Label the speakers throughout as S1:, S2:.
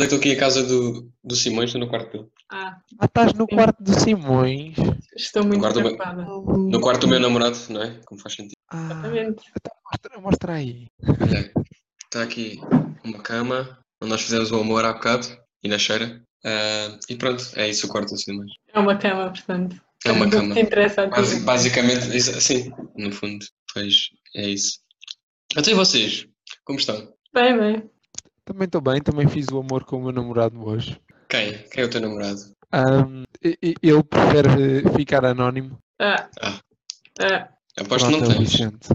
S1: Eu estou aqui à casa do, do Simões, estou no quarto dele.
S2: Ah,
S3: Ah, estás no quarto do Simões.
S2: estou muito
S1: Guarda o meu-
S2: preocupada.
S1: No quarto do meu namorado, não é? Como faz sentido.
S3: Ah,
S2: Exatamente.
S3: então mostra, mostra aí.
S1: Olha, está aqui uma cama onde nós fizemos o amor há bocado e na cheira. Ah, e pronto, é isso o quarto do Simões.
S2: É uma cama, portanto.
S1: É uma
S2: Do que
S1: cama.
S2: te interessa a ti.
S1: Basi- basicamente, isso- sim, no fundo. Pois é isso. Até vocês, como estão?
S2: Bem, bem.
S3: Também estou bem, também fiz o amor com o meu namorado hoje.
S1: Quem? Quem é o teu namorado?
S3: Ahm, e- e- ele prefere eh, ficar anónimo.
S2: Ah,
S1: Ah.
S2: ah,
S1: Aposto que
S3: Pronto,
S1: não
S3: é o
S1: tens.
S3: Vicente.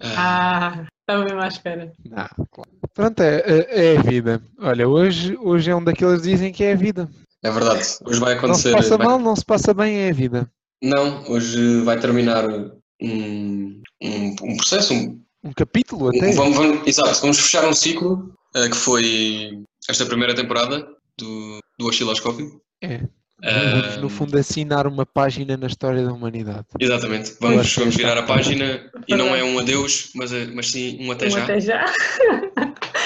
S1: Ah,
S2: ah, estava mesmo à espera.
S3: Não, claro. Pronto, é, é- é a vida. Olha, hoje, hoje é um daqueles que dizem que é a vida.
S1: é verdade, hoje vai
S3: Não se
S1: acontecer.
S3: passa
S1: vai-
S3: mal, não se passa bem, é a vida.
S1: Não, hoje vai terminar um, um, um processo. Um,
S3: Um capítulo até.
S1: um- vamos, vamos- exato, vamos fechar um ciclo eh, que foi esta primeira temporada do, do Osciloscópio.
S3: É. Vamos,
S1: Ah,
S3: no fundo, assinar uma página na história da humanidade.
S1: Exatamente, vamos,
S3: acho que
S1: vamos
S3: está.
S1: virar a página e não é um adeus, mas, é- mas sim um até
S2: Um
S1: já.
S2: até já.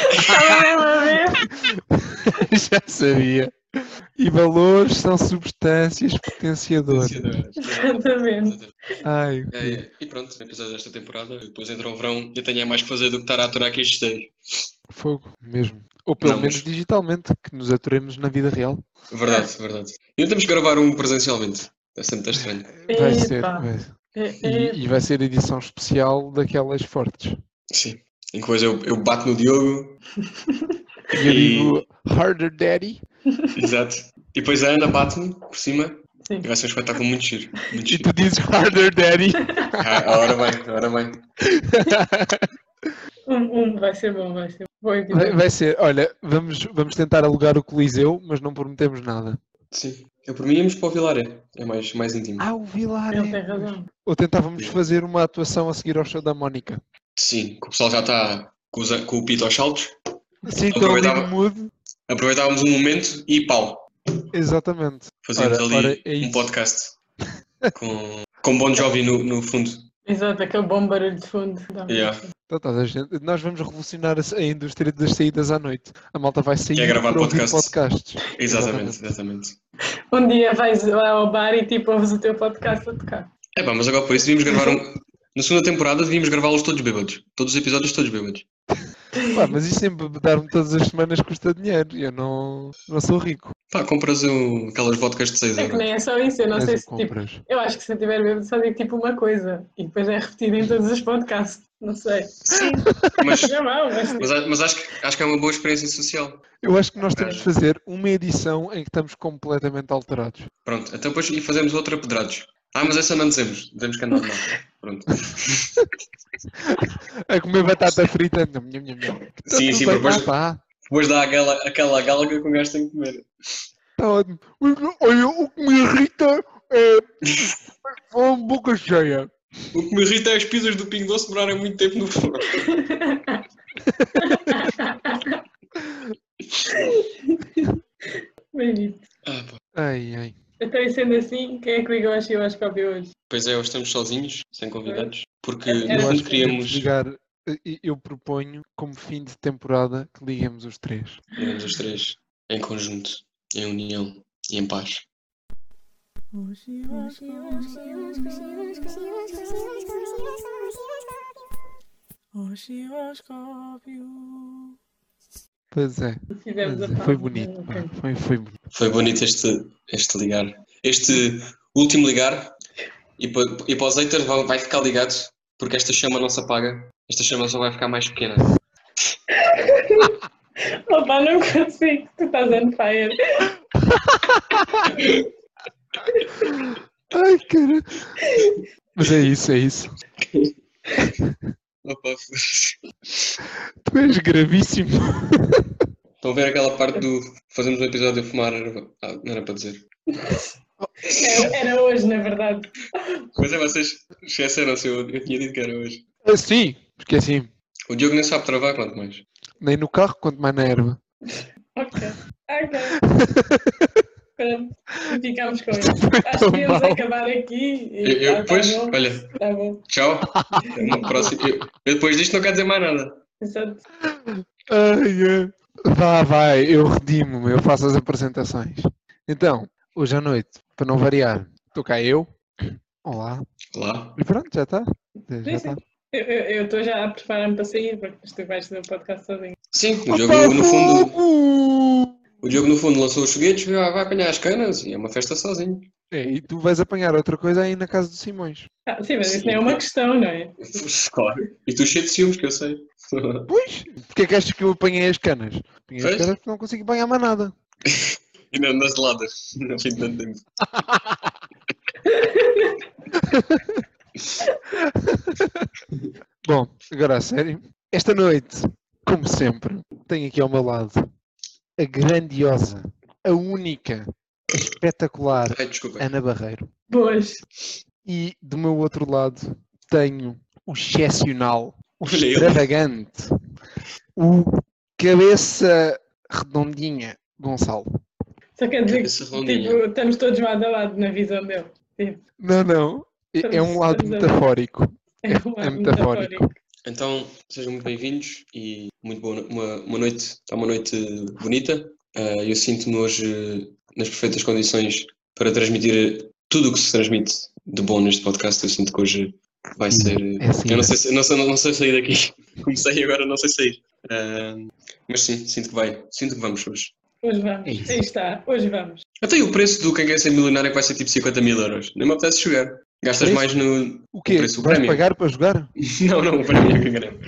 S2: estava mesmo a ver.
S3: Já sabia. E valores são substâncias potenciadoras.
S2: Exatamente.
S3: Ai,
S1: É, e pronto, apesar desta temporada, depois entra o verão e eu tenho é mais que fazer do que é. estar a aturar aqui estes daí.
S3: fogo mesmo. Ou pelo
S1: Não,
S3: menos
S1: mas-
S3: digitalmente, que nos aturemos na vida real.
S2: É.
S1: Verdade, verdade. E temos que gravar um presencialmente. Deve ser muito estranho.
S3: Vai ser.
S2: Epa.
S3: vai-
S2: É, é,
S3: E, e vai ser edição especial daquelas fortes.
S1: Sim. Em que hoje eu, eu bato no Diogo.
S3: E eu digo Harder Daddy.
S1: Exato. E depois a Ana bate-me por cima.
S2: Sim.
S1: E vai ser um espetáculo muito giro. Muito
S3: E
S1: giro.
S3: tu dizes Harder Daddy.
S1: Ah, Agora bem, agora bem.
S2: um, um vai ser bom, vai ser bom.
S3: Vai,
S2: episódio.
S3: vai ser, olha, vamos, vamos tentar alugar o Coliseu, mas não prometemos nada.
S1: Sim. Eu por mim íamos para o Vilaré. É mais, mais íntimo.
S3: Ah, o Vilar.
S2: Ele
S3: é.
S2: tem razão.
S3: Ou tentávamos fazer uma atuação a seguir ao show da Mónica.
S1: Sim, que o pessoal já está com, os- com o pito aos saltos.
S3: Sim, com ali
S1: Aproveitava-
S3: no Assim mood.
S1: Aproveitávamos um momento e pau.
S3: Exatamente.
S1: Fazíamos
S3: Ora,
S1: ali
S3: ora, é
S1: um
S3: isso.
S1: podcast. Com, com Bon Jovi no, no fundo.
S2: Exato, aquele bom barulho de fundo. Dá-me
S1: Yeah.
S2: gosto.
S3: Então, tá, a gente- nós vamos revolucionar a, a indústria das saídas à noite. A malta vai sair
S1: Quer gravar
S3: para ouvir
S1: podcasts?
S3: podcasts.
S1: Exatamente, exatamente.
S2: Um dia vais lá ao bar e tipo ouves o teu podcast a tocar.
S1: É pá, mas agora por isso devíamos gravar um. Na segunda temporada devíamos gravá-los todos bêbados. Todos os episódios todos bêbados.
S3: Pá, mas isso sempre dar-me todas as semanas custa dinheiro. Eu não, não sou rico.
S1: Pá, compras um, aquelas vodkas de 6
S2: É que
S1: euros.
S2: nem é só isso, eu não
S3: Mas
S2: sei
S3: eu
S2: se tipo.
S3: compras.
S2: Eu acho que se eu tiver bêbado só digo tipo uma coisa e depois é repetido em todos os podcasts. Não sei.
S1: Mas,
S2: Já mal, mas tipo,
S1: mas, a- mas acho, que, acho que é uma boa experiência social.
S3: Eu acho que nós temos de fazer uma edição em que estamos completamente alterados.
S1: Pronto, então depois e fazemos outra pedrados. Ah, mas essa não dizemos. Dizemos que é normal. Pronto.
S3: A comer batata frita. nham, nham, nham, nham. Tá
S1: Sim,
S3: tudo
S1: sim,
S3: bem.
S1: depois-
S3: Ah, pá,
S1: Depois dá aquela, aquela galga que o gajo tem que comer.
S3: tá ótimo. Olha, o que me irrita é. Fala boca cheia.
S1: O que me irrita é as pizzas do Pingo Doce demorarem muito tempo no forno.
S2: bem
S1: Ah, pá.
S3: Ai, ai.
S2: Então, e é sendo assim, quem é que liga ao Chiloscópio hoje?
S1: Pois é, hoje estamos sozinhos, sem convidados. Porque
S2: Era-
S1: no
S3: Eu acho
S1: fundo
S3: que
S1: queríamos.
S3: queríamos ligar. e- e Eu proponho, como fim de temporada, que liguemos os três.
S1: Éramos os três em conjunto, em união e em paz.
S4: Osciloscópio.
S3: Pois é,
S2: Fizemos
S3: pois
S2: a
S3: é.
S2: pausa.
S3: foi bonito. pá,
S2: Ok.
S3: Foi, foi bonito.
S1: Foi bonito este, este ligar. Este último ligar. E, pa- e para os haters vai, vai ficar ligado, porque esta chama não se apaga. Esta chama só vai ficar mais pequena.
S2: Opa, não consigo, tu estás on fire.
S3: Ai, cara. Mas é isso, é isso.
S1: Opa, foda-se.
S3: Tu és gravíssimo.
S1: Estão a ver aquela parte do fazemos um episódio a fumar? Era- ah, não era para dizer.
S2: Era, era hoje, na verdade.
S1: Mas é, vocês esqueceram-se, eu, eu tinha dito que era hoje.
S3: Ah, Sim, esqueci.
S1: O Diogo nem sabe travar, quanto mais.
S3: Nem no carro, quanto mais na erva.
S2: Ok. Ok. Pronto, ficámos com isso. É, Acho que íamos
S3: mal.
S2: acabar aqui. E
S1: Eu, eu,
S2: tá,
S1: depois,
S2: tá bom,
S1: olha,
S2: tá bom.
S1: tchau. Até uma próxima. Eu, eu depois disto não quero dizer mais nada.
S2: Exato.
S3: Ai, é. Vá, vai, eu redimo-me, eu faço as apresentações. Então, hoje à noite, para não variar, estou cá eu. Olá.
S1: Olá.
S3: E pronto, já está. Já
S2: Sim,
S3: está.
S2: sim. Eu estou já a preparar-me para sair, porque depois tu vais fazer o podcast sozinho.
S1: Sim, o Diogo, Um no fundo, o Diogo no fundo lançou os foguetes, vai vai apanhar as canas e é uma festa sozinho.
S3: É, e tu vais apanhar outra coisa aí na casa do Simões.
S2: Ah, sim, mas isso
S1: Sim.
S2: não é uma questão, não é?
S1: Claro. E tu cheio de ciúmes, que eu sei.
S3: Pois, porque é que achas que eu apanhei as canas? Apanhei as
S1: Pois.
S3: canas porque não consigo apanhar mais nada.
S1: E não nas ladas, no fim de tanto tempo.
S3: Bom, agora a sério. Esta noite, como sempre, tenho aqui ao meu lado a grandiosa, a única, a espetacular
S1: Ai, desculpa.
S3: Ana Barreiro.
S2: Boas.
S3: E do meu outro lado tenho o excepcional, o
S1: Olha ele.
S3: extravagante, o cabeça redondinha Gonçalo.
S2: Só quer dizer que
S1: Cabeça redondinha.
S2: tipo, estamos todos lado a lado na visão dele. Tipo,
S3: Não, não. É é um lado
S2: Estamos a-
S3: metafórico.
S2: é, um
S3: É
S2: lado
S3: metafórico.
S1: Então, sejam muito bem-vindos e muito boa no- uma, uma noite, está uma noite bonita. Ah, eu sinto-me hoje nas perfeitas condições para transmitir tudo o que se transmite de bom neste podcast. Eu sinto que hoje vai ser.
S3: É assim.
S1: Eu não sei, se- não, sei, não sei sair daqui. Comecei agora, não sei sair. Ah, mas sim, sinto que vai. Sinto que vamos hoje.
S2: Hoje
S3: É
S2: vamos.
S3: isso.
S2: Aí está, hoje vamos.
S1: Até o preço do quem quer ser milionário que vai ser tipo 50 mil euros. Nem me apetece jogar. Gastas
S3: Preço?
S1: mais no.
S3: O quê?
S1: Um Preço do
S3: Vais
S1: prémio.
S3: pagar para jogar?
S1: Não, não, para mim é que eu quero.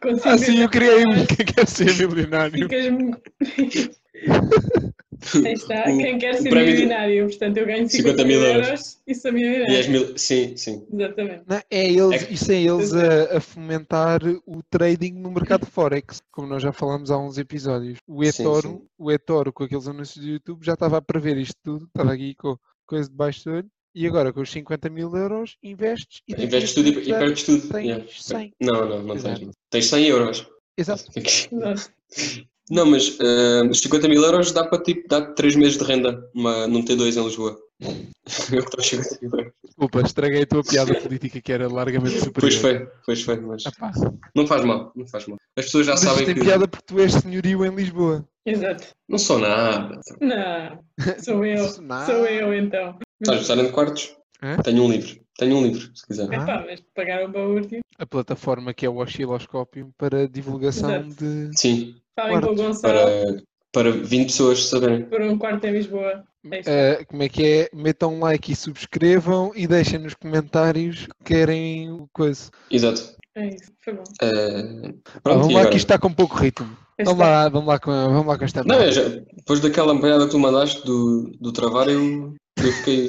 S2: Consigo é
S3: Ah, sim, eu queria
S2: ver-
S3: ir quem quer ser milionário.
S2: Ficas-me. Aí está,
S3: Um
S1: O-
S2: quem quer
S1: o
S2: ser
S1: prémio de-
S2: milionário, portanto eu ganho
S1: 50 mil euros.
S2: e sou
S3: É.
S2: milionário.
S1: 10 mil. Sim, sim.
S2: Exatamente.
S3: Não, é eles,
S1: É que-
S3: Isso é eles a, a fomentar o trading no mercado Forex, como nós já falámos há uns episódios. O
S1: Sim,
S3: eToro,
S1: sim.
S3: O eToro com aqueles anúncios do YouTube já estava a prever isto tudo, estava aqui com coisa debaixo do olho. E agora com os 50 mil euros investes e daqui a
S1: Investes tudo e,
S3: cinco
S1: e
S3: anos
S1: perdes tudo.
S3: tens
S1: yeah.
S3: 100.
S1: Não, não, não tens.
S3: Exato.
S1: não. Tens 100 euros.
S3: Exato.
S2: Nós-
S1: Não, mas ah, os 50 mil euros dá para tipo, dar 3 meses de renda numa, num T2 em Lisboa. Eu que estou 50 mil euros.
S3: Desculpa, estraguei a tua piada política que era largamente superior.
S1: Pois foi, pois foi, mas
S3: Ah, pá.
S1: não faz mal, não faz mal. As pessoas já
S3: Mas
S1: sabem
S3: tem
S1: que.
S3: piada porque tu és senhorio em Lisboa.
S2: Exato.
S1: Não sou nada.
S2: Não, sou eu.
S3: Isso não.
S2: Sou eu
S3: Ah.
S2: então.
S1: Estás a precisar de quartos?
S3: Hã?
S1: Tenho um livro. Tenho um livro, se quiser.
S3: Ah.
S2: Epá, É mas pagaram para o último.
S3: A plataforma que é o osciloscópio para divulgação
S2: Exato.
S3: de.
S1: Sim,
S2: Falem com o
S3: Quarto.
S2: Gonçalo
S1: para, para 20 pessoas saberem.
S2: por um quarto em Lisboa. É isso.
S3: Ah, como é que é? Metam um like e subscrevam e deixem nos comentários que querem o coisa.
S1: Exato.
S2: É isso. Foi bom.
S1: Ah,
S3: Ah,
S1: pronto,
S3: vamos
S1: e
S3: lá,
S1: agora?
S3: que isto está com pouco ritmo.
S2: Este
S3: Vamos lá, vamos lá com, vamos lá com esta
S1: Não, é-
S3: merda.
S1: eu já, depois daquela piada que tu mandaste do, do travar, eu, eu fiquei,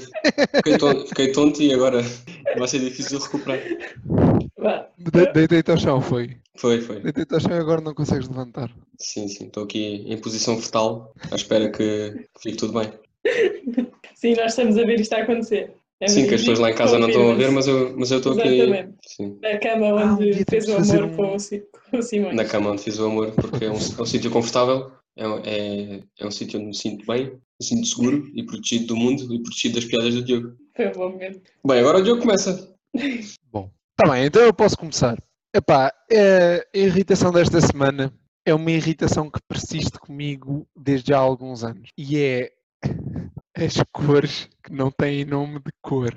S1: fiquei, tonto, fiquei tonto e agora vai ser difícil recuperar.
S2: tá. Vá.
S3: De- Deitei-te ao chão, foi.
S1: Foi, foi.
S3: Deitei-te ao chão e agora não consegues levantar.
S1: Sim, sim, estou aqui em posição fetal, à espera que fique tudo bem.
S2: Sim, nós estamos a ver isto a acontecer. É
S1: Sim, que as pessoas lá em casa não estão a ver, mas eu mas eu estou aqui
S2: Exatamente.
S1: sim,
S2: Na cama
S3: Ah, um
S2: onde
S3: dia
S2: fez
S3: temos
S2: o
S3: de fazer
S2: amor
S3: um-
S2: com, o, Si- com o Simões.
S1: na cama onde fiz o amor, porque é um, é um sítio confortável, é, um- é, é um sítio onde me sinto bem, me sinto seguro e protegido do mundo e protegido das piadas do Diogo.
S2: Foi um bom momento.
S1: Bem, agora o Diogo começa.
S3: Bom, tá bem, então eu posso começar. Epá, eh, a irritação desta semana é uma irritação que persiste comigo desde há alguns anos. E é as cores que não têm nome de cor.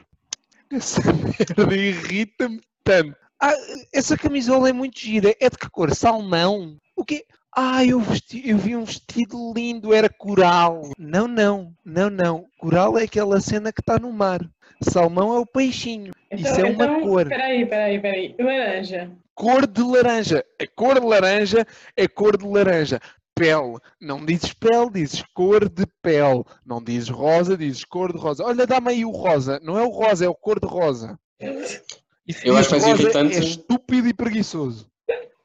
S3: Essa merda irrita-me tanto. Ah, essa camisola é muito gira. É de que cor? Salmão? O quê? Ah, eu, vesti- eu vi um vestido lindo, era coral. Não, não, não, não. Coral é aquela cena que está no mar. Salmão é o peixinho.
S2: Então,
S3: Isso é uma cor.
S2: Peraí, peraí, peraí. Laranja.
S3: cor de laranja. A cor de laranja é cor de laranja. Pele. Não dizes pele, dizes cor de pele. Não dizes rosa, dizes cor de rosa. Olha, dá-me aí o rosa. Não é o rosa, é o cor de rosa. E se
S1: Eu acho mais
S3: dizes rosa,
S1: irritante-
S3: É estúpido e preguiçoso.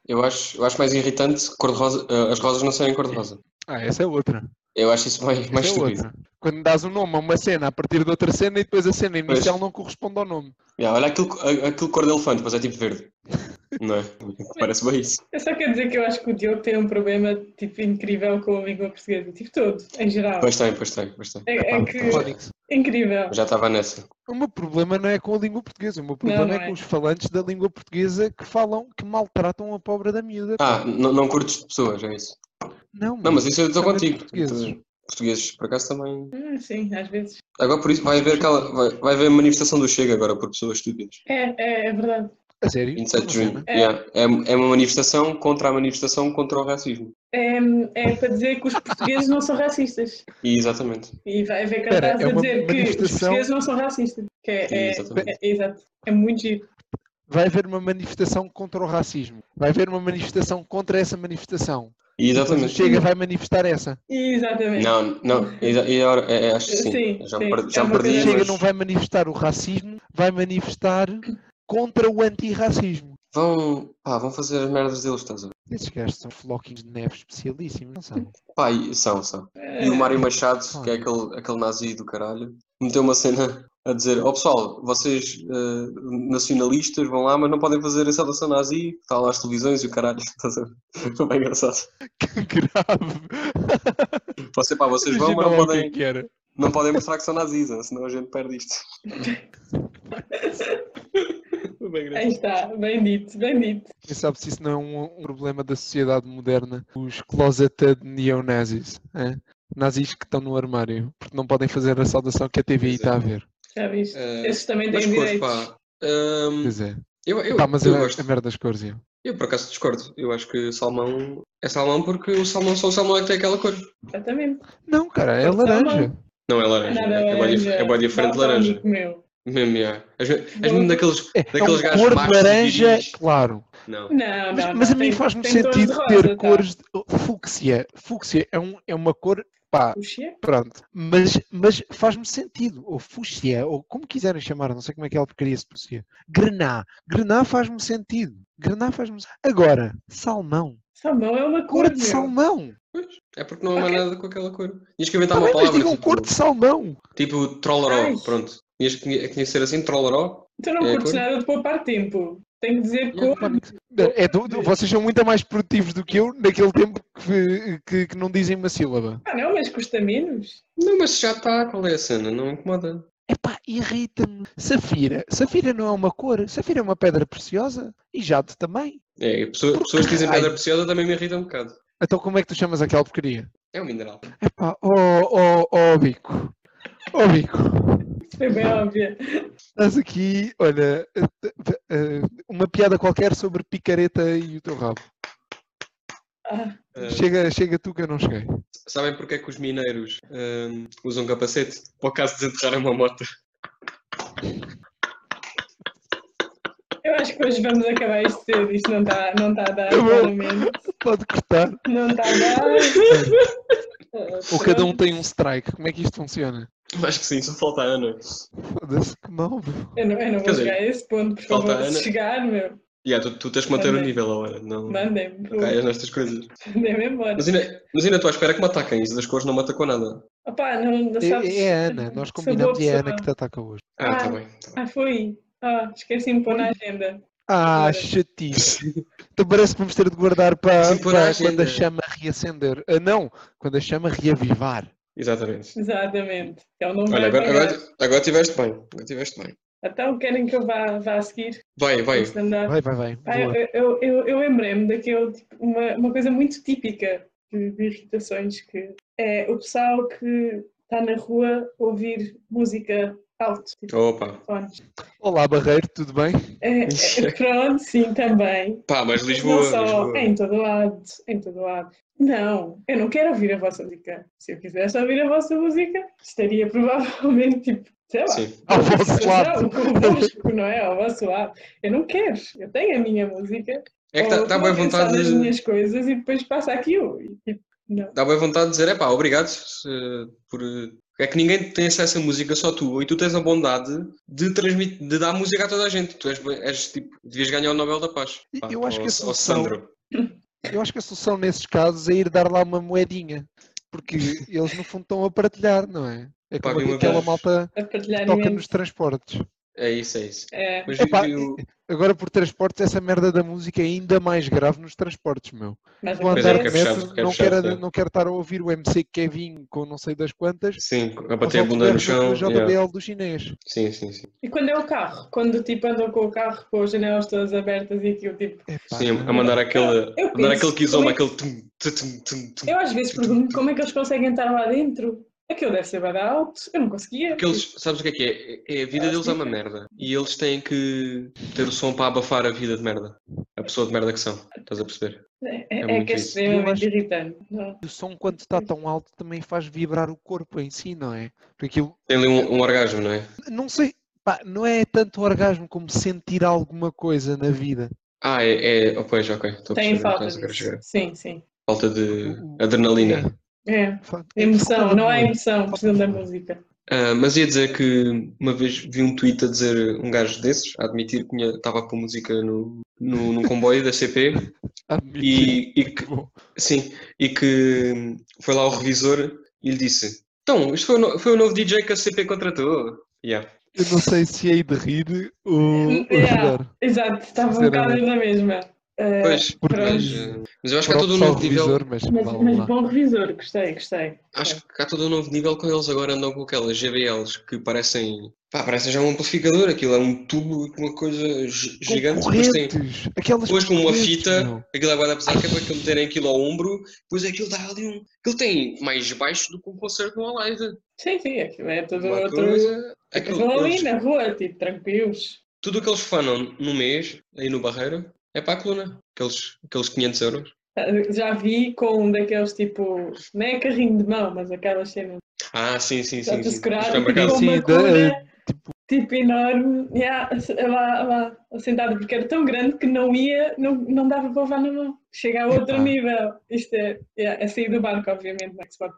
S1: Eu acho, eu acho mais irritante cor de rosa, as rosas não serem cor de rosa.
S3: Ah, essa é outra.
S1: Eu acho isso mais, mais
S3: essa é
S1: estúpido.
S3: outra. Quando dás um nome a uma cena a partir de outra cena e depois a cena inicial não corresponde ao nome.
S1: Ya, olha aquilo, a- aquilo cor de elefante, mas é tipo verde. Não é? Parece bem isso.
S2: Eu só quero dizer que eu acho que o Diogo tem um problema tipo, incrível com a língua portuguesa. Tipo todo, em geral.
S1: Pois tem, pois tem, pois tem.
S2: É, é
S3: Pá,
S2: que
S3: Fónix.
S2: Incrível.
S1: Já estava nessa.
S3: Então, O meu problema não é com a língua portuguesa, o meu problema
S2: não
S3: é, com
S2: é.
S3: os falantes da língua portuguesa que falam, que maltratam a pobre da miúda.
S1: Ah, não, não curtes pessoas, é isso.
S3: não,
S1: Não,
S3: mano.
S1: mas isso eu estou
S3: Também
S1: contigo.
S3: portugueses.
S1: Portugueses. portugueses, por acaso, também.
S2: Hum, sim, às vezes.
S1: Agora, por isso, vai haver, aquela, vai, vai haver a manifestação do Chega agora por pessoas estúpidas.
S2: É, é, é verdade.
S3: A sério?
S1: 27 de
S3: Não sei,
S1: junho.
S3: né?
S2: É.
S1: Yeah. É. é uma manifestação contra a manifestação contra o racismo.
S2: É, é para dizer que os portugueses não são racistas.
S1: E, exatamente.
S2: E vai haver
S3: Espera,
S2: cartazes
S3: é
S2: a
S3: uma
S2: dizer que os
S3: manifestação-
S2: portugueses não são racistas. Que é, é,
S1: Exatamente.
S2: é- exato. É muito giro.
S3: Vai haver uma manifestação contra o racismo. Vai haver uma manifestação contra essa manifestação.
S1: E,
S3: Depois o
S1: exatamente.
S3: Chega vai manifestar essa.
S2: Exatamente.
S1: Não, não, exa- e agora, é, é, acho que sim.
S2: Sim,
S1: já
S2: sim,
S1: per-
S2: é
S1: já
S2: uma
S1: perdi.
S2: coisa-
S3: Chega
S1: mas
S3: não vai manifestar o racismo, vai manifestar contra o antirracismo.
S1: Vão, pá, vão fazer as merdas deles, estás a ver?
S3: Esses gajos são floquinhos de neve especialíssimos, não são?
S1: Pá, e- são, são. E
S2: É,
S1: o Mário Machado, que é aquele, aquele nazi do caralho, meteu uma cena a dizer: Ó pessoal, vocês eh, nacionalistas vão lá, mas não podem fazer a saudação nazi, que está lá as televisões e o caralho, estás a ver? Foi bem engraçado.
S3: Que grave!
S1: Você, pá, vocês vão, mas não
S3: Imagina lá o que é
S1: podem,
S3: que era.
S1: não podem mostrar que são nazis, eh, senão a gente perde isto. Foi bem engraçado.
S2: Aí está, bem dito, bem dito.
S3: Quem sabe se isso não é um, um problema da sociedade moderna? Os closeted neonazis. hã? Nazis que estão no armário, porque não podem fazer a saudação que a TVI
S1: Pois é.
S3: está a ver.
S2: Já viste?
S1: Eh,
S2: Esses também
S1: Mas
S2: têm
S1: cores,
S2: direitos.
S1: pá. hum,
S3: Pois é.
S1: eu, eu,
S3: Pá, mas é
S1: eu
S3: a,
S1: gosto.
S3: a merda das cores, eu.
S1: Eu por acaso discordo. Eu acho que salmão é salmão porque o salmão só o salmão é que tem aquela cor.
S2: Exatamente.
S3: Não, cara, é
S2: Pode ser
S3: laranja.
S1: Não é laranja.
S2: Nada
S1: é, bué dif- é bué diferente de laranja.
S2: um Meu.
S1: Mesmo, yeah. És, és mesmo daqueles,
S3: É, é
S1: daqueles
S3: um
S1: gajos
S3: cor de
S1: macos e
S3: laranja,
S1: viris.
S3: claro.
S1: Não.
S2: Não,
S3: Mas,
S2: não,
S3: mas a
S2: não,
S3: mim
S2: tem-
S3: faz-me
S2: tem tons
S3: sentido
S2: de
S3: ter
S2: rosa, tá?
S3: cores de oh, fúcsia. Fúcsia é, um, é uma cor, pá,
S2: Puxa,
S3: pronto. Mas, mas faz-me sentido. Ou fúcsia, ou como quiserem chamar, não sei como é que ela porcaria se pronuncia. Grená. Grená faz-me sentido. Grená faz-me Agora, salmão.
S2: Salmão é uma cor.
S3: Cor de
S2: meu.
S3: salmão.
S1: Pois, é porque não há mais
S2: Ok.
S1: nada com aquela cor. Tinhas que inventar
S3: Também,
S1: uma
S3: mas
S1: palavra.
S3: digam
S1: Tipo,
S3: cor de salmão.
S1: tipo trolleró.
S2: Ai.
S1: Pronto. Tinhas que, tinha que ser assim, trolleró.
S2: Tu Então não
S1: É a
S2: curtes
S1: cor.
S2: nada de poupar tempo. Tenho que dizer
S1: Não,
S2: cor.
S3: É, do- do- vocês são muito mais produtivos do que eu naquele tempo que- que- que não dizem uma sílaba.
S2: Ah, não, mas custa menos.
S1: Não, mas já está. Qual é a cena? Não incomoda.
S3: Epá, irrita-me. Safira. Safira não é uma cor. Safira é uma pedra preciosa. E Jade também.
S1: É, pessoa-
S3: Por
S1: pessoas que dizem
S3: caralho.
S1: pedra preciosa também me irritam um bocado.
S3: Então como é que tu chamas aquela porcaria?
S1: É um mineral.
S3: Epá, oh, oh, oh, bico. Oh, bico.
S2: Isso foi bem óbvio.
S3: Estás aqui, olha, eh, eh, eh, uma piada qualquer sobre picareta e o teu rabo.
S2: Ah,
S1: Ah,
S3: Chega, chega tu que eu não cheguei.
S1: Sabem porque é que os mineiros hum, usam capacete? Por acaso desenterraram uma moto.
S2: eu acho que hoje vamos acabar isto cedo. Isto não está não tá a dar,
S3: Tá bom.
S2: claramente.
S3: Pode cortar.
S2: Não está a dar. Ah,
S3: Ou cada um
S2: pronto.
S3: tem um strike. Como é que isto funciona?
S1: Acho que sim, só falta a Ana.
S3: Foda-se, que mal. meu.
S2: Eu não, eu não
S1: Quer
S2: vou
S1: dizer,
S2: chegar a esse ponto, por
S1: falta
S2: favor.
S1: a Ana.
S2: Se chegar, meu,
S1: Yeah, tu, tu tens que manter o
S2: Mandem.
S1: nível agora, não
S2: mandem-me.
S1: não caias nestas coisas.
S2: Mandem-me embora.
S1: Mas ainda, mas ainda estou à espera que me ataquem, isso das cores não me atacou nada.
S2: Opá, não, não
S3: É,
S2: sabes.
S3: é a Ana. Nós
S2: sou boa
S3: combinamos e é a
S2: pessoa.
S3: Ana que te ataca hoje.
S1: Ah,
S2: Ah.
S1: está bem. tá bem.
S2: Ah, foi. Ah, esqueci-me de pôr na agenda.
S3: Ah,
S2: Agora.
S3: chatice. Então parece que vamos ter de guardar para,
S1: Sim, pôr na
S3: para quando
S1: agenda.
S3: a chama reacender. Ah, não, quando a chama reavivar.
S1: Exatamente.
S2: Exatamente. Então não vai
S1: Olha, agora,
S2: apagar.
S1: agora, agora tiveste bem. Agora tiveste bem.
S2: Então querem que eu vá, vá a seguir?
S1: Vai, vai.
S2: Antes de andar?
S3: Vai, vai, vai.
S2: Ah, eu,
S3: Boa.
S2: eu, eu, eu lembrei-me daquele, tipo, uma, uma coisa muito típica de, de irritações que é o pessoal que está na rua ouvir música alto, tipo
S1: Opa.
S2: fones.
S3: Olá, Barreiro, tudo bem?
S2: É, é, pronto, sim, também.
S1: Pá, mas
S2: não
S1: Lisboa,
S2: só,
S1: Lisboa.
S2: é em todo lado, em todo lado. Não, eu não quero ouvir a vossa música. Se eu quisesse ouvir a vossa música, estaria provavelmente, tipo, sei lá,
S1: Sim.
S3: Ao vosso lado.
S2: Não, convosco, não é? Ao vosso lado. Eu não quero. Eu tenho a minha música.
S1: É que
S2: ou
S1: dá, dá
S2: estou
S1: boa
S2: a pensar
S1: vontade
S2: nas
S1: de.
S2: minhas coisas e depois passa aquilo. E, tipo, não.
S1: Dá boa vontade de dizer, é pá, obrigado se- por. É que ninguém tem acesso à música, só tu, e tu tens a bondade de transmitir, de dar música a toda a gente. Tu és, és tipo, devias ganhar o Nobel da Paz.
S3: E-
S1: Pá,
S3: eu acho
S1: ao-
S3: que
S1: ao
S3: a solução-
S1: Sandro.
S3: Eu acho que a solução nesses casos é ir dar lá uma moedinha. Porque eles no fundo estão a partilhar, não é? É
S1: Pá,
S3: como
S1: vi uma
S3: aquela
S1: vez-
S3: malta
S2: A
S3: que
S2: partilhar
S3: toca
S2: imenso.
S3: nos transportes.
S1: É isso, é isso.
S2: É,
S1: Mas
S3: Epá,
S1: digo que o-
S3: Agora por transportes, essa merda da música é ainda mais grave nos transportes, meu.
S2: mas
S3: Vou
S1: Pois
S3: andar
S1: é,
S3: de
S1: quero
S2: acontece.
S1: fechar,
S3: metro,
S1: quero
S3: não
S1: fechar,
S3: quero,
S1: sim.
S3: não quero estar a ouvir o MC Kevin com não sei das quantas.
S1: Sim, a
S3: aos
S1: bater a bunda no
S3: albergues com
S1: chão.
S3: a JBL
S1: yeah.
S3: do chinês.
S1: Sim, sim, sim.
S2: E quando é o carro? Quando tipo andam com o carro com as janelas todas abertas e aquilo tipo.
S3: Epá,
S1: Sim, a
S3: não.
S1: mandar aquele,
S2: Eu
S1: a mandar
S2: penso,
S1: aquele kizomba,
S2: como é
S1: aquele tum, tum, tum, tum, tum.
S2: Eu às vezes pergunto como é que eles conseguem estar lá dentro. Aquilo deve ser bada alto, eu não conseguia.
S1: Porque eles, sabes o que é que é? É- é a vida
S2: Ah,
S1: deles é
S2: sim.
S1: uma merda. E eles têm que ter o som para abafar a vida de merda. A pessoa de merda que são. Estás a perceber?
S2: É,
S1: é
S2: é,
S1: muito
S2: que é
S1: isso.
S3: Eu
S2: extremamente
S3: acho-
S2: irritante. Não.
S3: E o som quando está tão alto também faz vibrar o corpo em si, não é? Porque aquilo,
S1: Tem ali um, um orgasmo, não é?
S3: não sei, pá, não é tanto orgasmo como sentir alguma coisa na vida.
S1: Ah, é. é oh, pois, ok. Estou a
S2: Tem
S1: perceber.
S2: falta
S1: estás a querer
S2: disso.
S1: chegar.
S2: Sim, sim.
S1: Falta
S3: O-
S1: de
S3: o-
S1: adrenalina.
S2: É.
S3: É, falta- é
S2: Emoção,
S3: falta
S2: não há
S3: amor.
S2: emoção, precisam da música.
S1: Ah, mas ia dizer que uma vez vi um tweet a dizer um gajo desses, a admitir que tinha- estava com música no, no, num comboio da CP
S3: Ah, Admito.
S1: e, e que,
S3: Bom,
S1: sim, e que hum, foi lá o revisor e lhe disse: Então, isto foi o, no- foi o novo DJ que a CP contratou. Yeah.
S3: Eu não sei se hei de rir ou, ou
S2: Yeah.
S3: chorar.
S2: Exato, estava um
S3: Sinceramente.
S2: bocado na mesma. Eh,
S1: Pois,
S3: Porque-
S1: mas, ah, mas eu acho que há
S3: Para o
S1: todo um
S3: pessoal
S1: novo nível.
S3: revisor, mas,
S2: mas,
S3: vá
S2: mas
S3: lá.
S2: bom revisor, gostei, gostei. É.
S1: Acho que há todo um novo nível quando eles agora andam com aquelas GBLs que parecem. Pá, parecem já um amplificador, aquilo é um tubo com uma coisa gi-
S3: Com
S1: gigante, depois tem.
S3: correntes, aquelas
S1: Depois com uma
S3: correntes,
S1: fita,
S3: meu.
S1: aquilo é bué da pesada, que é para que meterem aquilo ao ombro, depois aquilo dá ali um. Aquilo tem mais baixo do que um concerto numa live.
S2: Sim, sim, aquilo é tudo
S1: Uma
S2: outro. é
S1: coisa- é aquilo-
S2: Vão ali
S1: eles-
S2: na rua, tipo, tranquilos.
S1: tudo o que eles fanam no mês, aí no Barreiro, é para a coluna. Aqueles, aqueles 500 euros.
S2: Eh, Já vi com um daqueles tipo, não é carrinho de mão, mas aquelas cenas
S1: Ah, sim, sim,
S2: já
S1: sim.
S2: de
S1: sim.
S2: segurar,
S1: Isto é
S2: tipo,
S1: mercado.
S2: com uma
S3: Sim, da-
S2: cuna, tipo enorme, yeah, lá, lá, sentado, porque era tão grande que não ia, não, não dava para levar na mão. Chega a outro
S3: Epá.
S2: nível. Isto é, yeah, é sair do barco, obviamente, não é que se pode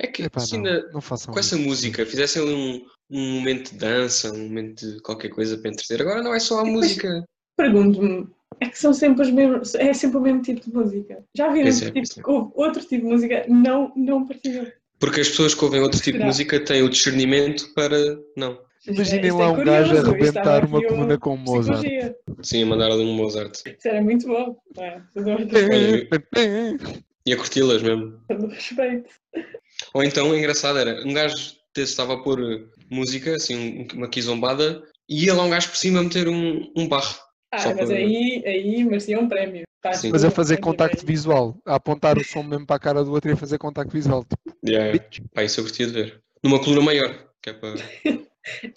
S1: É que
S3: Epá,
S1: se
S3: não,
S1: ainda
S3: não façam
S1: com essa
S3: isso.
S1: música fizessem ali um, um momento de dança, um momento de qualquer coisa para entreter. Agora não é só a
S2: E depois-
S1: música.
S2: Pergunto-me, é que são sempre os mesmos, é sempre o mesmo tipo de música. Já viram
S1: Pois é,
S2: que,
S1: pois
S2: tipo, houve outro tipo de música, não, não partilham.
S1: Porque as pessoas que ouvem outro tipo de
S2: Será?
S1: música têm o discernimento para. Não.
S3: Imaginem
S2: Isto é
S3: lá um gajo a
S2: curioso, isto estava
S3: arrebentar
S2: aqui um
S3: uma
S2: uma
S3: coluna com Mozart.
S2: Psicologia.
S1: Sim, a mandar ali um Mozart.
S2: Isso era muito bom. não é? Todo o
S1: Olha,
S3: Pim,
S1: E a curti-las mesmo.
S2: todo o respeito.
S1: Ou então, o engraçado era, um gajo desse estava a pôr eh, música, assim, um- uma quizombada, e ia lá um gajo por cima meter um, um barro. Só
S2: Ah, mas
S1: para-
S2: aí, aí merecia um prémio. é. Faz
S1: Sim.
S2: tudo,
S3: Mas a fazer
S2: faz
S3: contacto
S2: tudo
S3: visual, a apontar o som mesmo para a cara do outro e a fazer contacto visual. Tipo,
S1: É.
S3: bitch.
S1: Pá, isso eu curtia de ver. Numa coluna maior. Que é para...
S2: bem.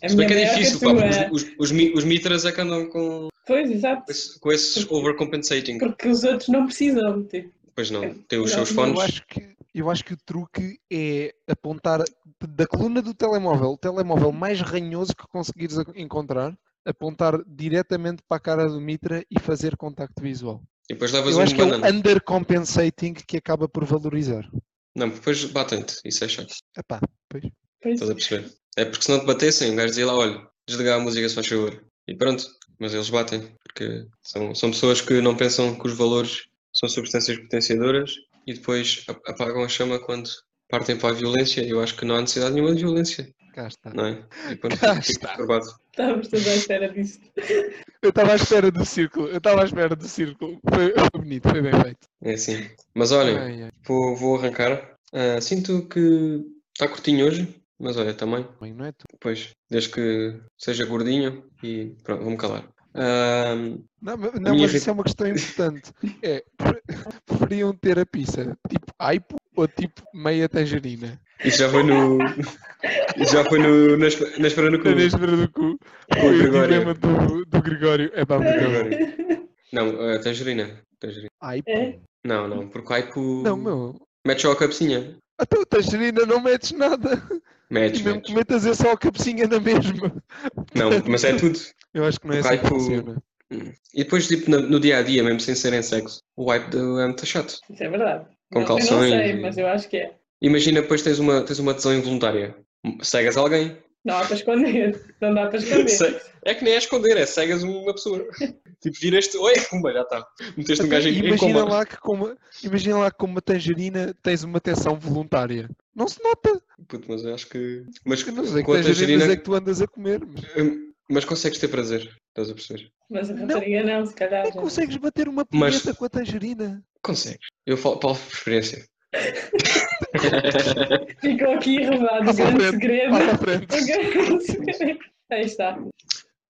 S2: A
S1: Se bem
S2: minha
S1: que é
S2: maior
S1: difícil, pá,
S2: tua.
S1: porque os, os, os, mi- os mitras é que andam com,
S2: Pois, exato.
S1: com esse- com esses overcompensating.
S2: Porque os outros não precisam. Tipo.
S1: Pois não, tem os
S2: Não,
S1: seus
S2: eu
S1: fones.
S3: Eu acho, que, eu acho que o truque é apontar da coluna do telemóvel, o telemóvel mais ranhoso que conseguires a- encontrar, apontar diretamente para a cara do Mitra e fazer contacto visual.
S1: E depois levas
S3: Eu acho
S1: um
S3: que é
S1: banana.
S3: o undercompensating que acaba por valorizar.
S1: Não, depois batem-te. Isso é chato.
S3: Epá, pois.
S2: Pois,
S1: Estás a perceber? É porque se não te batessem, o gajo dizia lá, olha, desligar a música, se faz favor. E pronto, mas eles batem, porque são, são pessoas que não pensam que os valores são substâncias potenciadoras e depois a- apagam a chama quando partem para a violência. Eu acho que não há necessidade nenhuma de violência,
S3: Cá está.
S1: não é? E pronto,
S3: Cá
S1: fico- fico
S3: está.
S1: perturbado.
S2: estávamos todos à espera disso.
S3: Eu estava à espera do círculo. Eu estava à espera do círculo. Foi, foi bonito, foi bem feito.
S1: É assim. Mas olhem,
S3: Ai, ai.
S1: vou, vou arrancar. Ah, sinto que está curtinho hoje, mas olha, também.
S3: Bem, não é tu?
S1: Pois, desde que seja gordinho e pronto, vou-me calar. Ah,
S3: Não, mas-
S1: minha
S3: não, mas
S1: irri-
S3: isso é uma questão importante. É, pre- preferiam ter a pizza tipo aipo ou tipo meia tangerina?
S1: Isso já foi no. Isso já foi no. Na, Esp- na Esperando
S3: Na
S1: Clube.
S3: véspera do cu.
S1: o
S3: Foi o
S1: Gregório.
S3: dilema do, do Gregório. É pá, muito bom.
S1: Agora. Não, ah, a tangerina. tangerina.
S3: Aipo?
S2: É?
S1: Não, não, porque Aipo.
S3: Não, meu.
S1: Mete só a cabecinha.
S3: Até o tangerina não metes nada.
S1: Mete,
S3: E mesmo que
S1: mete.
S3: metas é só a cabecinha na mesma.
S1: Não, mas é tudo.
S3: Eu acho que não é
S1: O
S3: assim que
S1: aipo-
S3: funciona.
S1: E depois, tipo, no, no dia a dia, mesmo sem serem sexo, o Aipo do- é muito chato.
S2: Isso é verdade.
S1: Com
S2: Não-
S1: calções
S2: Eu não sei,
S1: e-
S2: mas eu acho que é.
S1: Imagina, depois tens uma, tens uma tesão involuntária. Cegas alguém.
S2: Não dá para esconder. Não dá para esconder.
S1: Se- É que nem é esconder, é cegas uma pessoa. Tipo, viras-te. Oi, pumba, já está. Meteste um gajo em, em
S3: imagina,
S1: coma.
S3: lá que com uma, imagina lá que com uma tangerina tens uma tensão voluntária. Não se nota.
S1: Puto, mas eu acho que. Mas
S3: Eu não sei
S1: com
S3: que
S1: a
S3: tangerinas
S1: tangerina. Hum,
S3: é que tu andas a comer. mas-
S1: Mas consegues ter prazer, estás a perceber?
S2: Mas a rapariga não, se calhar.
S3: Nem
S2: já.
S3: consegues bater uma
S1: Mas-
S3: punheta com a tangerina.
S1: Consegues. Eu falo, falo por experiência.
S2: Ficou aqui revelado o
S3: Passa à
S2: grande
S3: frente,
S2: segredo.
S3: Vai à
S2: O
S3: frente.
S2: grande segredo. Aí está.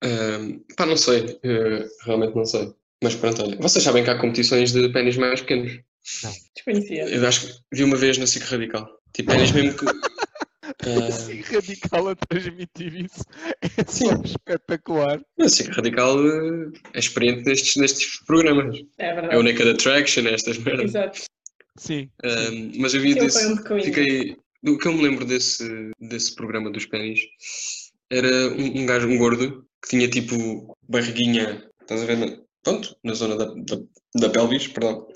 S1: Ahm, Hum, pá, não sei. eh, realmente não sei. Mas pronto, olha. Vocês sabem que há competições de pênis mais pequenos.
S2: Desconhecia.
S1: Eu acho que vi uma vez na SIC Radical. Tipo, pênis mesmo que. Ah,
S3: Assim radical a transmitir isso. É
S1: Sim.
S3: só espetacular.
S1: a SIC Radical eh, é experiente nestes, nestes programas.
S2: É
S1: É o
S2: verdade.
S1: Naked Attraction, estas merdas.
S2: Exato.
S3: Sim.
S1: Ahm, mas eu
S2: Que
S1: vi
S2: eu
S1: desse.
S2: foi onde coinha.
S1: Fiquei. O que eu me lembro desse, desse programa dos pênis era um, um gajo, um gordo, que tinha tipo barriguinha, estás a ver? na- Pronto, na zona da, da, da pelvis, perdão.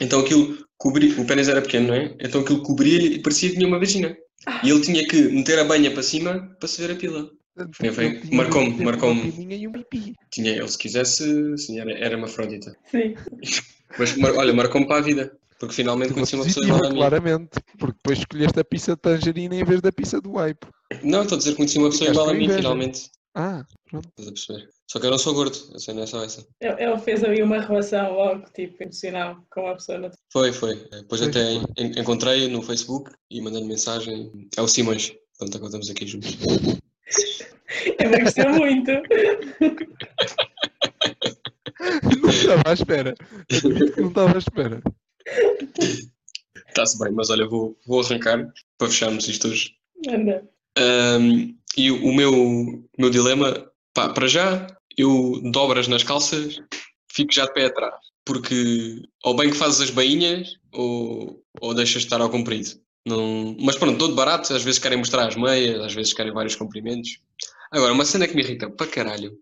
S1: Então aquilo cobria, o pênis era pequeno, não é? Então aquilo cobria e parecia que tinha uma vagina. E ele tinha que meter a banha para cima para se ver a pila. Foi, foi.
S3: Ele tinha
S1: Marcou-me,
S3: uma
S1: marcou-me.
S3: pepininha E um pipi.
S1: Tinha, ele se quisesse, sim, era, era uma afrodita.
S2: Sim.
S1: Mas mar- olha, marcou-me para a vida, porque finalmente
S3: Teve
S1: conheci uma pessoa
S3: positiva,
S1: igual a mim.
S3: claramente. Porque depois escolheste a pizza de tangerina em vez da pizza do wipe.
S1: Não, estou a dizer que conheci uma pessoa
S3: Ficaste
S1: igual a
S3: com
S1: mim,
S3: inveja.
S1: finalmente.
S3: Ah, pronto.
S1: Estás a perceber? Só que eu não sou gordo, eu sei, não é só essa.
S2: Ele ele fez ali uma relação logo, tipo, emocional com a pessoa. na-
S1: Foi, foi. Depois
S3: Pois
S1: até
S3: foi.
S1: en- encontrei-a no Facebook e mandei-lhe mensagem. É o Simões, portanto, agora estamos aqui juntos.
S2: Emagreceu muito.
S3: Não estava à espera. Admito que não estava à espera.
S1: Está-se bem, mas olha, vou, vou arrancar para fecharmos isto hoje.
S2: Anda.
S1: Ahm, e o meu, o meu dilema, pá, para já, eu dobras nas calças, fico já de pé atrás. Porque ou bem que fazes as bainhas ou, ou deixas de estar ao comprido. Não... Mas pronto, todo barato, às vezes querem mostrar as meias, às vezes querem vários comprimentos. Agora, uma cena que me irrita para caralho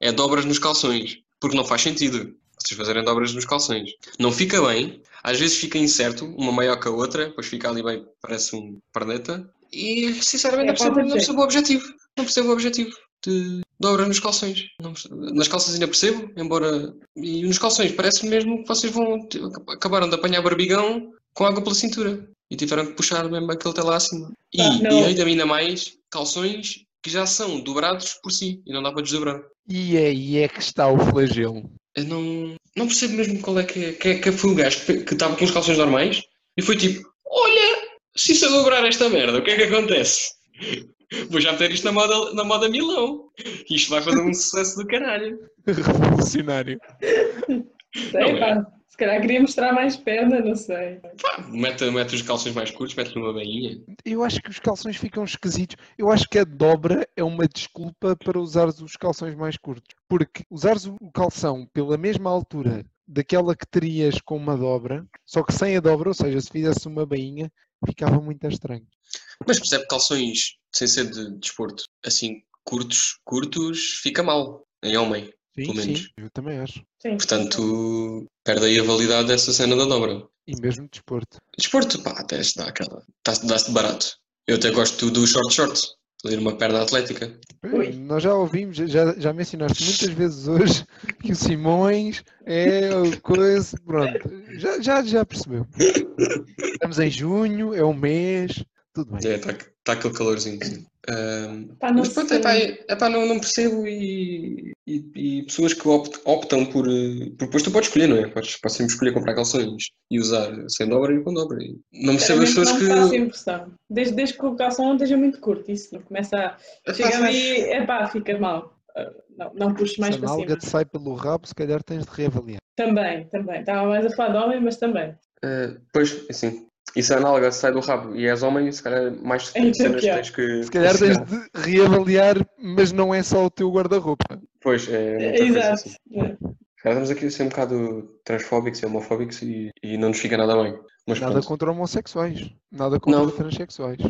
S1: é dobras nos calções, porque não faz sentido vocês fazerem dobras nos calções. Não fica bem, às vezes fica incerto, uma maior que a outra, depois fica ali bem, parece um perneta. E sinceramente
S2: É
S1: não, percebo,
S2: falta de
S1: não percebo o objetivo. Não percebo o objetivo de dobras nos calções. Não perce- nas calças ainda percebo, embora. E nos calções parece mesmo que vocês vão. acabaram de apanhar barbigão com água pela cintura e tiveram que puxar mesmo aquele até lá acima. E,
S2: Ah, não.
S1: e ainda ainda mais calções que já são dobrados por si e não dá para desdobrar.
S3: E aí é que está o flagelo.
S1: Eu não, não percebo mesmo qual é que é. Que, é- que foi o gajo que que estava com os calções normais e foi tipo: Olha, se isso eu dobrar esta merda, o que é que acontece? Vou já meter isto na moda, na moda Milão. Isto vai fazer um sucesso do caralho.
S3: Revolucionário.
S2: Sei,
S1: Não é.
S2: pá. Se calhar queria mostrar mais perna, não sei.
S1: Pá, mete, mete os calções mais curtos, mete numa bainha.
S3: Eu acho que os calções ficam esquisitos. Eu acho que a dobra é uma desculpa para usares os calções mais curtos. Porque usares o o calção pela mesma altura daquela que terias com uma dobra, só que sem a dobra, ou seja, se fizesse uma bainha, ficava muito estranho.
S1: Mas percebe que calções sem ser de desporto, assim, curtos, curtos, fica mal. Em homem.
S3: Sim,
S1: Pelo menos.
S3: sim, eu também acho.
S2: Sim.
S1: Portanto, perde aí a validade dessa cena da dobra.
S3: E mesmo de desporto.
S1: Desporto, pá, até se dá aquela. tá- Dá-se de barato. Eu até gosto do short short, ali numa perna atlética.
S2: Ui.
S3: Nós já ouvimos, já, já mencionaste muitas vezes hoje que o Simões é o coisa. Pronto, já, já, já percebeu. Estamos em junho, é um mês, tudo bem.
S1: É, tá, tá aquele calorzinho. Assim. Ahm,
S2: Pá, não
S1: mas pronto,
S2: sei.
S1: é pá, é- é pá, não, não percebo e, e- e pessoas que opt- optam por, eh, por. Depois tu podes escolher, não é? Podes, podes sempre escolher comprar calções e usar sem dobra e com dobra. E não percebo as pessoas
S2: Sinceramente, não
S1: que.
S2: me faz impressão. Desde, desde que o calção não esteja muito curto, isso não começa a.
S1: Epá,
S2: Chega
S1: mas-
S2: ali, é pá, fica mal. Ah, Não, não puxo mais
S3: Se a
S2: para cima.
S3: nalga te sai pelo rabo, se calhar tens de reavaliar.
S2: Também, também. Estava mais a falar de homem, mas também.
S1: Eh, pois, assim. Isso é análoga, se sai do rabo e és homem, se calhar mais
S2: É, isso é
S1: cenas
S2: pior.
S1: tens que.
S3: Se calhar tens de reavaliar, mas não é só o teu guarda-roupa.
S1: Pois, é. muita coisa,
S2: Exato. É.
S1: assim. Cara, estamos aqui a ser um bocado transfóbicos e homofóbicos e, e não nos fica nada bem. Mas
S3: Nada
S1: pronto.
S3: contra homossexuais, nada contra
S1: Não.
S3: transexuais.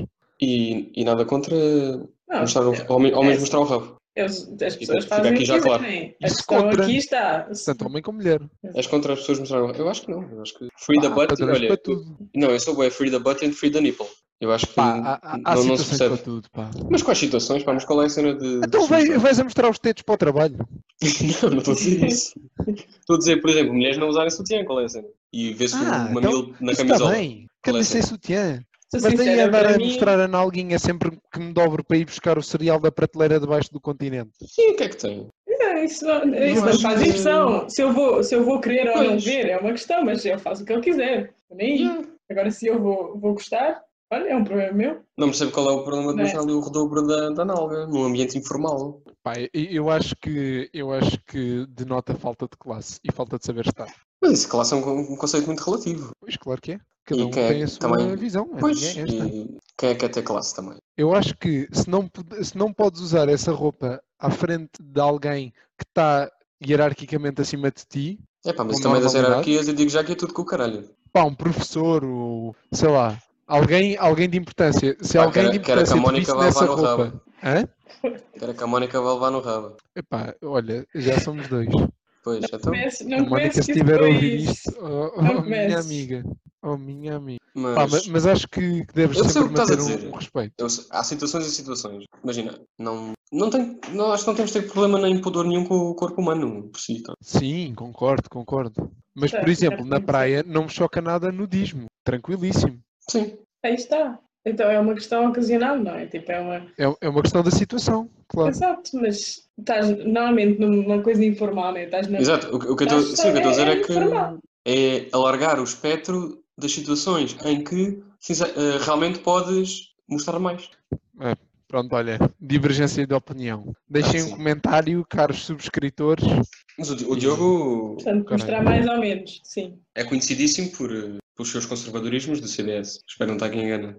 S1: E, e nada contra
S2: Não,
S1: mostrar o, homem, homens
S2: Ah, é-
S1: mostrar o rabo.
S2: eles- as
S1: Fica-
S2: pessoas
S1: fica
S2: fazem
S1: aqui já
S2: o que
S1: claro.
S2: quiserem. A
S3: Isso
S2: questão
S3: contra.
S2: aqui está.
S3: Tanto homem como mulher.
S1: És contra as pessoas mostrarem o rabo? Eu acho que não. Eu acho que free the
S3: Há
S1: butt,
S3: padrões
S1: olha.
S3: para tudo.
S1: Não, eu sou bué free the butt and free the nipple. Eu acho que
S3: Pá, há, há- há
S1: não, não se
S3: situações para
S1: percebe.
S3: tudo. Pá.
S1: Mas quais situações? Pá, mas qual é a cena de.
S3: Então
S1: de-
S3: vai, vais a mostrar os tetos para o trabalho.
S1: Não, não estou a
S3: é
S1: dizer isso. estou a dizer, por exemplo, mulheres não usarem sutiã, qual é a cena? E vê-se
S3: Ah,
S1: o
S3: então,
S1: mamilo na
S3: Isso
S1: camisola.
S3: Está bem.
S1: Qual é a
S3: Camisa sem sutiã.
S2: Sou
S3: Mas aí
S2: sincera,
S3: andar
S2: é para
S3: a
S2: mim-
S3: mostrar a nalguinha é sempre que me dobro para ir buscar o cereal da prateleira debaixo do continente.
S1: Sim, o que é que tem?
S2: Não, isso não, isso não
S1: acho
S2: faz
S1: que-
S2: impressão. Se eu, vou, se eu vou querer ou não
S1: Pois.
S2: ver, é uma questão, mas eu faço o que eu quiser. Eu Nem aí.
S3: Hum.
S2: Agora, se eu vou, vou gostar, olha, é um problema meu.
S1: Não percebo qual é o problema de
S2: Não é?
S1: deixar ali o redobro da, da nalga, num ambiente informal.
S3: Pá, eu- eu acho que eu acho que denota falta de classe e falta de saber estar.
S1: Mas isso, classe é um, um conceito muito relativo.
S3: Pois claro que é. Cada
S1: E
S3: um
S1: que é-
S3: tem a sua
S1: também-
S3: visão. a
S1: Pois,
S3: minha é esta.
S1: e quem é que é ter classe também?
S3: Eu acho que se não, pod- se não podes usar essa roupa à frente de alguém que está hierarquicamente acima de ti,
S1: É pá, mas
S3: Com
S1: também das
S3: normalidade.
S1: hierarquias eu digo já que é tudo com o caralho.
S3: pá, um professor ou sei lá, alguém, alguém de importância. Se
S1: Pá,
S3: alguém
S1: quero-
S3: de
S1: quero que a
S3: importância te
S1: Mónica
S3: visse
S1: vá
S3: nessa
S1: levar o
S3: roupa,
S1: rabo.
S3: Hã?
S1: Quero que a Mónica vá levar no rabo.
S3: Epá, olha, já somos dois.
S1: Pois, então.
S2: Comece-
S3: a
S2: não
S3: Mónica,
S2: comece
S3: se
S2: que isso
S3: tiver a
S2: foi-
S3: ouvir isto, oh, oh,
S2: Não
S3: minha
S2: comeces.
S3: amiga, oh, minha amiga.
S1: Mas,
S3: Pá, mas, mas acho que que deves
S1: Eu sei
S3: sempre
S1: o que estás a
S3: manter um,
S1: dizer.
S3: um respeito.
S1: eu sei- há situações e situações. Imagina, não, não tem, não, acho que não temos de ter problema nem pudor nenhum com o corpo humano por si. tá?
S3: Sim, concordo, concordo. Mas, por
S2: Certo,
S3: exemplo, na
S2: certo.
S3: praia não me choca nada nudismo. Tranquilíssimo.
S1: Sim.
S2: Aí está. Então é uma questão ocasional, não é? Tipo, é uma.
S3: É, é uma questão da situação, claro.
S2: Exato, mas estás normalmente numa coisa informal, não é? Estás na.
S1: Exato. O, que- o que eu estou
S2: Acho que
S1: sim, o que eu estou a dizer
S2: é-
S1: é
S2: é informal.
S1: que é alargar o espectro das situações em que sincer- eh, realmente podes mostrar mais.
S3: Pronto, olha, divergência de opinião.
S1: Ah,
S3: Deixem um
S1: sim.
S3: comentário, caros subscritores.
S1: Mas o, Di- o Diogo
S2: Portanto,
S3: Caralho.
S2: mostrar mais ou menos, sim.
S1: é conhecidíssimo por, eh, pelos seus conservadorismos do CDS. Espero não estar aqui engana.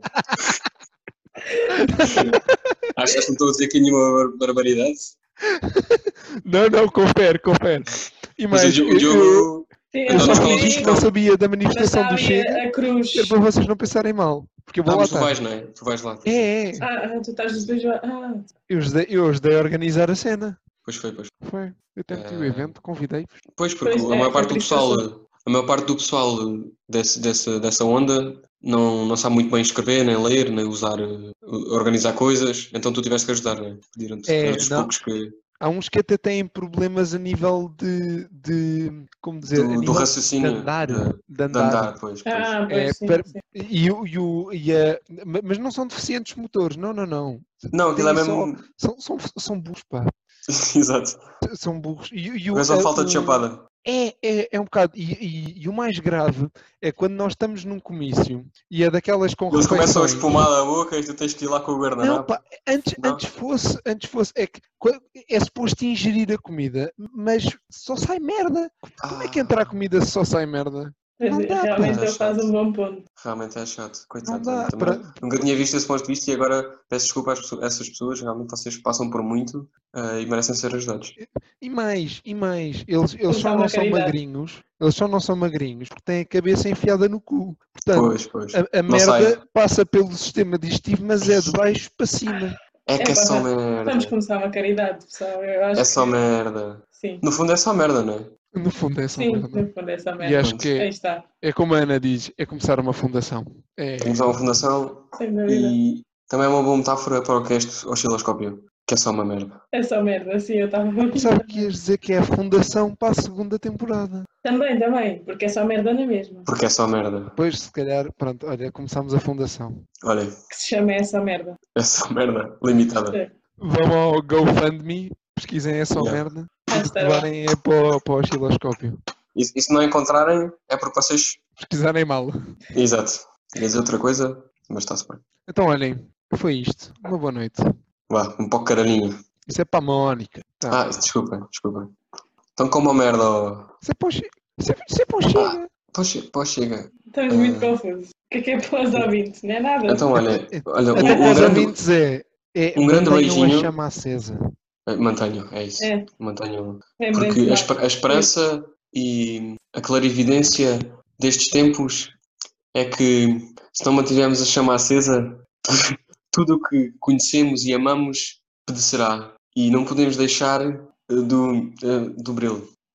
S1: Acho que não estou a dizer aqui nenhuma bar- barbaridade.
S3: Não, não, confere, confere. E
S1: Mas o,
S3: mais,
S1: Di- o
S3: eu-
S1: Diogo. tá
S2: Sim,
S3: eu, eu só
S1: Não,
S3: fiz
S1: não,
S3: isto,
S1: não.
S3: não sabia da
S2: já
S3: manifestação do
S2: sabe
S3: Chega,
S2: a, a cruz.
S3: era para vocês não pensarem mal, porque eu vou
S1: Ah,
S3: lá
S1: mas tu
S3: estar.
S1: vais, não é? Tu vais lá.
S3: É, é,
S2: Ah, ah, tu estás dos dois. Ah,
S3: eu ajudei, eu ajudei a organizar a cena.
S1: Pois foi, pois.
S3: Foi, eu tentei o
S1: Ah.
S3: evento, convidei-vos.
S1: Pois, porque
S2: Pois
S1: a
S2: é,
S1: maior parte
S2: é
S1: do
S2: por isso
S1: pessoal,
S2: que
S1: a maior parte do pessoal desse, dessa, dessa onda não, não sabe muito bem escrever, nem ler, nem usar, eh, organizar coisas, então tu tiveste que ajudar, né? Pediram-te
S3: É,
S1: eram dos
S3: não.
S1: poucos que
S3: Há uns que até têm problemas a nível de, de como dizer, a
S1: do, do
S3: nível de
S1: raciocínio eh,
S3: andar,
S1: de,
S3: de
S1: de
S3: andar.
S1: andar, pois, pois.
S2: ah
S3: É,
S2: pois sim,
S3: per-
S2: sim.
S3: E, o- e o- e a- ma- mas não são deficientes motores, não, não, não.
S1: Não, aquilo é
S3: tem
S1: mesmo.
S3: São, são, são burros, pá.
S1: Exato.
S3: São burros. E, e o-
S1: Mas só
S3: é-
S1: falta de
S3: o-
S1: chapada.
S3: É, é, é um bocado. E, e- e o mais grave é quando nós estamos num comício e é daquelas com
S1: Eles começam a
S3: refeições.
S1: espumar da boca e tu tens que ir lá com o
S3: Não,
S1: guardanapo.
S3: pá, antes,
S1: Não.
S3: antes fosse, antes fosse, é que qua- é suposto ingerir a comida, mas só sai merda. Como é que
S1: Ah.
S3: entra a comida se só sai merda? Não dá,
S2: é, Realmente
S1: pá.
S2: ele faz um bom ponto.
S1: Realmente é chato, coitado.
S3: dá,
S1: também.
S3: pra-
S1: Nunca tinha visto esse ponto de vista e agora peço desculpa às pessoas, a essas pessoas, realmente vocês passam por muito eh, e merecem ser ajudados.
S3: E mais, e mais, eles, eles
S2: Eles
S3: só
S2: dão
S3: não
S2: uma
S3: são
S2: tá caridade.
S3: magrinhos, eles só não são magrinhos porque têm a cabeça enfiada no cu. Portanto,
S1: Pois, pois.
S3: a, a
S1: Não
S3: merda
S1: sai.
S3: passa pelo sistema digestivo, mas é de baixo para cima.
S1: É que é
S2: Epá,
S1: só
S2: vamos- Vamos
S1: merda.
S2: começar uma caridade, pessoal. Eu acho
S1: É só
S2: que...
S1: merda.
S2: Sim,
S1: No fundo é só merda, não é?
S3: No fundo é só
S2: sim,
S3: merda.
S2: no fundo é essa
S3: E
S2: merda.
S3: acho que
S2: Aí
S3: é,
S2: está,
S3: é como a Ana diz, é começar uma fundação. É,
S1: Temos uma fundação
S2: sem dúvida.
S1: e também é uma boa metáfora para o que é este osciloscópio, que é só uma merda.
S2: É só merda, sim, eu estava a
S3: sabe o que ias dizer que é a fundação para a segunda temporada.
S2: Também, também, porque é só merda na mesma.
S1: Porque é só merda.
S3: Pois, se calhar, pronto, olha, começamos a fundação.
S1: Olha,
S2: Que se chama essa merda. É,
S1: é só merda limitada.
S3: Vão ao GoFundMe, pesquisem essa
S1: Yeah.
S3: merda
S2: Ah,
S3: e
S2: está lá.
S3: levarem é para, o- para o osciloscópio.
S1: E, se- e se não encontrarem, é porque vocês.
S3: Pesquisarem mal.
S1: Exato. Diz outra coisa, mas está-se bem.
S3: Então, olhem, foi isto. Uma boa noite.
S1: Vá, um pouco caralhinho.
S3: Isso é para a Mónica. Tá.
S1: Ah, desculpa, desculpa. Então como a merda, ó.
S3: Isso é para o Che- isso é- isso é para o Chega.
S1: Poxa, poxa, chega.
S2: Estamos
S1: Ah.
S2: muito confusos. O que é que é para os ouvintes? Não é nada.
S1: Então olha, olha,
S3: Até
S1: um,
S3: para
S1: um
S3: os
S1: grande.
S3: ouvintes é, é
S1: um grande
S3: mantenham
S1: beijinho.
S3: a chama acesa.
S1: Eh, Mantenho, é isso.
S2: É.
S1: Mantenho.
S2: lembrem-se
S1: Porque a,
S2: lá.
S1: esper- a esperança e a clarividência destes tempos é que se não mantivermos a chama acesa, tudo o que conhecemos e amamos pedecerá. E não podemos deixar eh, do, eh, do brilho.